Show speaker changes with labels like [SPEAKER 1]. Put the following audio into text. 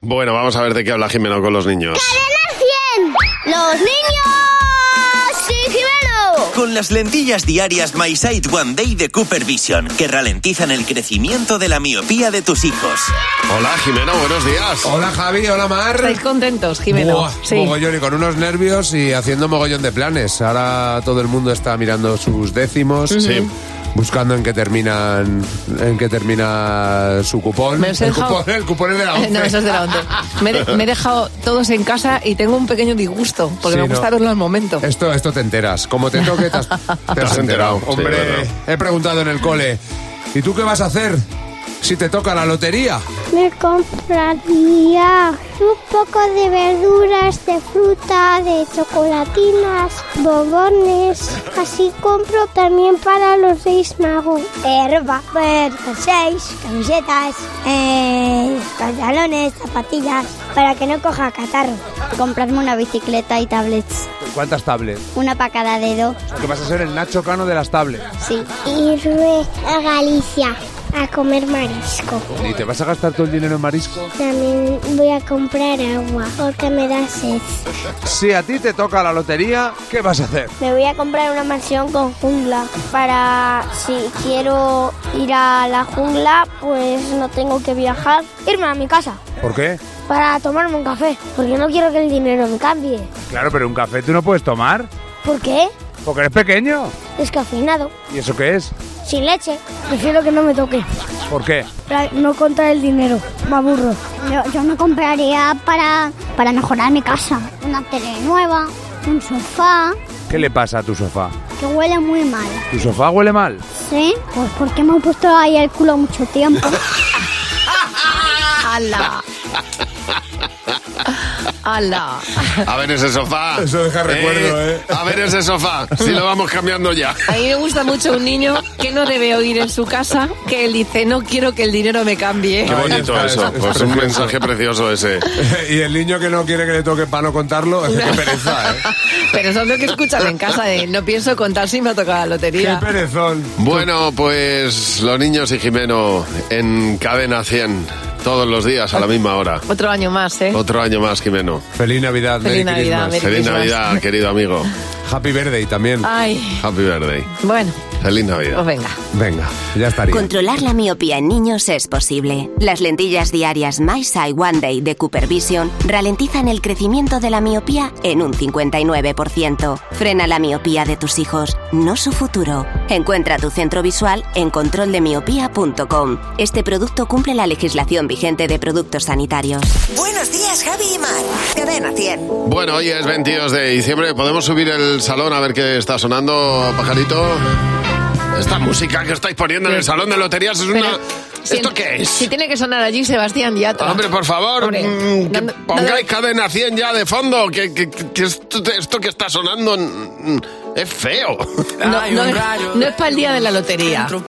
[SPEAKER 1] Bueno, vamos a ver de qué habla Jimeno con los niños.
[SPEAKER 2] ¡Cadena 100! ¡Los niños! ¡Sí, Jimeno!
[SPEAKER 3] Con las lentillas diarias My Sight One Day de Cooper Vision, que ralentizan el crecimiento de la miopía de tus hijos.
[SPEAKER 1] Hola Jimeno, buenos días.
[SPEAKER 4] Hola Javi, hola Mar.
[SPEAKER 5] Estáis contentos, Jimeno.
[SPEAKER 4] Buah, Mogollón y con unos nervios y haciendo mogollón de planes. Ahora todo el mundo está mirando sus décimos.
[SPEAKER 1] Sí.
[SPEAKER 4] Buscando en qué terminan, en qué termina su cupón.
[SPEAKER 5] Me os he
[SPEAKER 4] el,
[SPEAKER 5] dejado-
[SPEAKER 4] cupón el cupón es de la once.
[SPEAKER 5] No, eso es de la once. Me, he de- me he dejado todos en casa y tengo un pequeño disgusto, porque
[SPEAKER 4] Sí,
[SPEAKER 5] me
[SPEAKER 4] no.
[SPEAKER 5] gusta verlo al momento.
[SPEAKER 4] Esto, esto te enteras. Como te toque, te has, te has
[SPEAKER 1] has enterado,
[SPEAKER 4] enterado.
[SPEAKER 1] sí,
[SPEAKER 4] Hombre,
[SPEAKER 1] verdad.
[SPEAKER 4] he preguntado en el cole. ¿Y tú qué vas a hacer si te toca la lotería?
[SPEAKER 6] Me compraría un poco de verduras, de fruta, de chocolatinas, bombones. Así compro también para los seis magos. Eh, ropa, pues, seis, camisetas, eh, pantalones, zapatillas, para que no coja catarro. Comprarme una bicicleta y tablets.
[SPEAKER 4] ¿Cuántas tablets?
[SPEAKER 6] Una para cada dedo,
[SPEAKER 4] Que vas a ser el Nacho Cano de las tablets.
[SPEAKER 6] sí. Irme a Galicia a comer marisco.
[SPEAKER 4] ¿Y te vas a gastar todo el dinero en marisco?
[SPEAKER 6] También voy a comprar agua porque me da sed.
[SPEAKER 4] Si a ti te toca la lotería, ¿qué vas a hacer?
[SPEAKER 6] Me voy a comprar una mansión con jungla para si quiero ir a la jungla, pues no tengo que viajar. Irme a mi casa
[SPEAKER 4] ¿Por qué?
[SPEAKER 6] para tomarme un café, porque no quiero que el dinero me cambie.
[SPEAKER 4] Claro, pero un café tú no puedes tomar,
[SPEAKER 6] ¿Por qué?
[SPEAKER 4] porque eres pequeño.
[SPEAKER 6] Descafeinado,
[SPEAKER 4] ¿Y eso qué es?
[SPEAKER 6] sin leche. Prefiero que no me toque.
[SPEAKER 4] ¿Por qué?
[SPEAKER 6] Para no contar el dinero, me aburro. Yo, yo me compraría para, para mejorar mi casa. Una tele nueva, un sofá
[SPEAKER 4] ¿Qué le pasa a tu sofá?
[SPEAKER 6] que huele muy mal.
[SPEAKER 4] ¿Tu sofá huele mal?
[SPEAKER 6] Sí, pues porque me he puesto ahí el culo mucho tiempo.
[SPEAKER 5] ¡Hala! ¡Hala!
[SPEAKER 1] A ver ese sofá.
[SPEAKER 4] Eso deja recuerdo, ¿eh?
[SPEAKER 1] A ver ese sofá, si lo vamos cambiando ya.
[SPEAKER 5] A mí me gusta mucho un niño que no debe oír en su casa, que él dice, no quiero que el dinero me cambie.
[SPEAKER 1] Qué
[SPEAKER 4] Ahí
[SPEAKER 1] bonito
[SPEAKER 4] está,
[SPEAKER 1] eso.
[SPEAKER 4] es- es
[SPEAKER 1] pues un
[SPEAKER 4] precioso.
[SPEAKER 1] mensaje precioso ese.
[SPEAKER 4] y el niño que no quiere que le toque para no contarlo, qué pereza, ¿eh?
[SPEAKER 5] Pero eso es lo que escuchan en casa de, no pienso contar si me ha tocado la
[SPEAKER 4] Qué
[SPEAKER 5] lotería.
[SPEAKER 4] perezón.
[SPEAKER 1] Bueno, pues los niños y Jimeno en cadena 100 todos los días a la misma hora.
[SPEAKER 5] Otro año más, ¿eh?
[SPEAKER 1] Otro año más, Jimeno.
[SPEAKER 4] Feliz Navidad,
[SPEAKER 5] Feliz
[SPEAKER 4] Merry
[SPEAKER 5] Navidad,
[SPEAKER 4] Christmas.
[SPEAKER 1] Feliz
[SPEAKER 5] Christmas.
[SPEAKER 1] Navidad, querido amigo.
[SPEAKER 4] Happy Birthday también.
[SPEAKER 5] Ah. Ay,
[SPEAKER 1] Happy birthday.
[SPEAKER 5] bueno,
[SPEAKER 1] Feliz
[SPEAKER 5] pues
[SPEAKER 1] Navidad.
[SPEAKER 5] venga.
[SPEAKER 4] Venga, ya estaría.
[SPEAKER 7] Controlar la miopía en niños es posible. Las lentillas diarias My Sight One Day de Cooper Vision ralentizan el crecimiento de la miopía en un 59%. Frena la miopía de tus hijos, no su futuro. Encuentra tu centro visual en controldemiopía.com. Este producto cumple la legislación vigente de productos sanitarios.
[SPEAKER 8] Buenos días, Javi y Mar. Cadena 100.
[SPEAKER 1] Bueno, hoy es 22 de diciembre. ¿Podemos subir el salón a ver qué está sonando, pajarito? Esta música que estáis poniendo en el salón de loterías es una...
[SPEAKER 5] Pero si
[SPEAKER 1] ¿Esto
[SPEAKER 5] el-
[SPEAKER 1] qué es? Ah,
[SPEAKER 5] Si tiene que sonar allí, Sebastián Yatra.
[SPEAKER 1] Hombre, pues por favor,
[SPEAKER 5] Hombre,
[SPEAKER 1] mm, que
[SPEAKER 5] dando-
[SPEAKER 1] pongáis
[SPEAKER 5] dando-
[SPEAKER 1] cadena 100 ya de fondo, que, que- que esto, esto que está sonando mm, es feo.
[SPEAKER 5] No, no es, no es para el día de la lotería.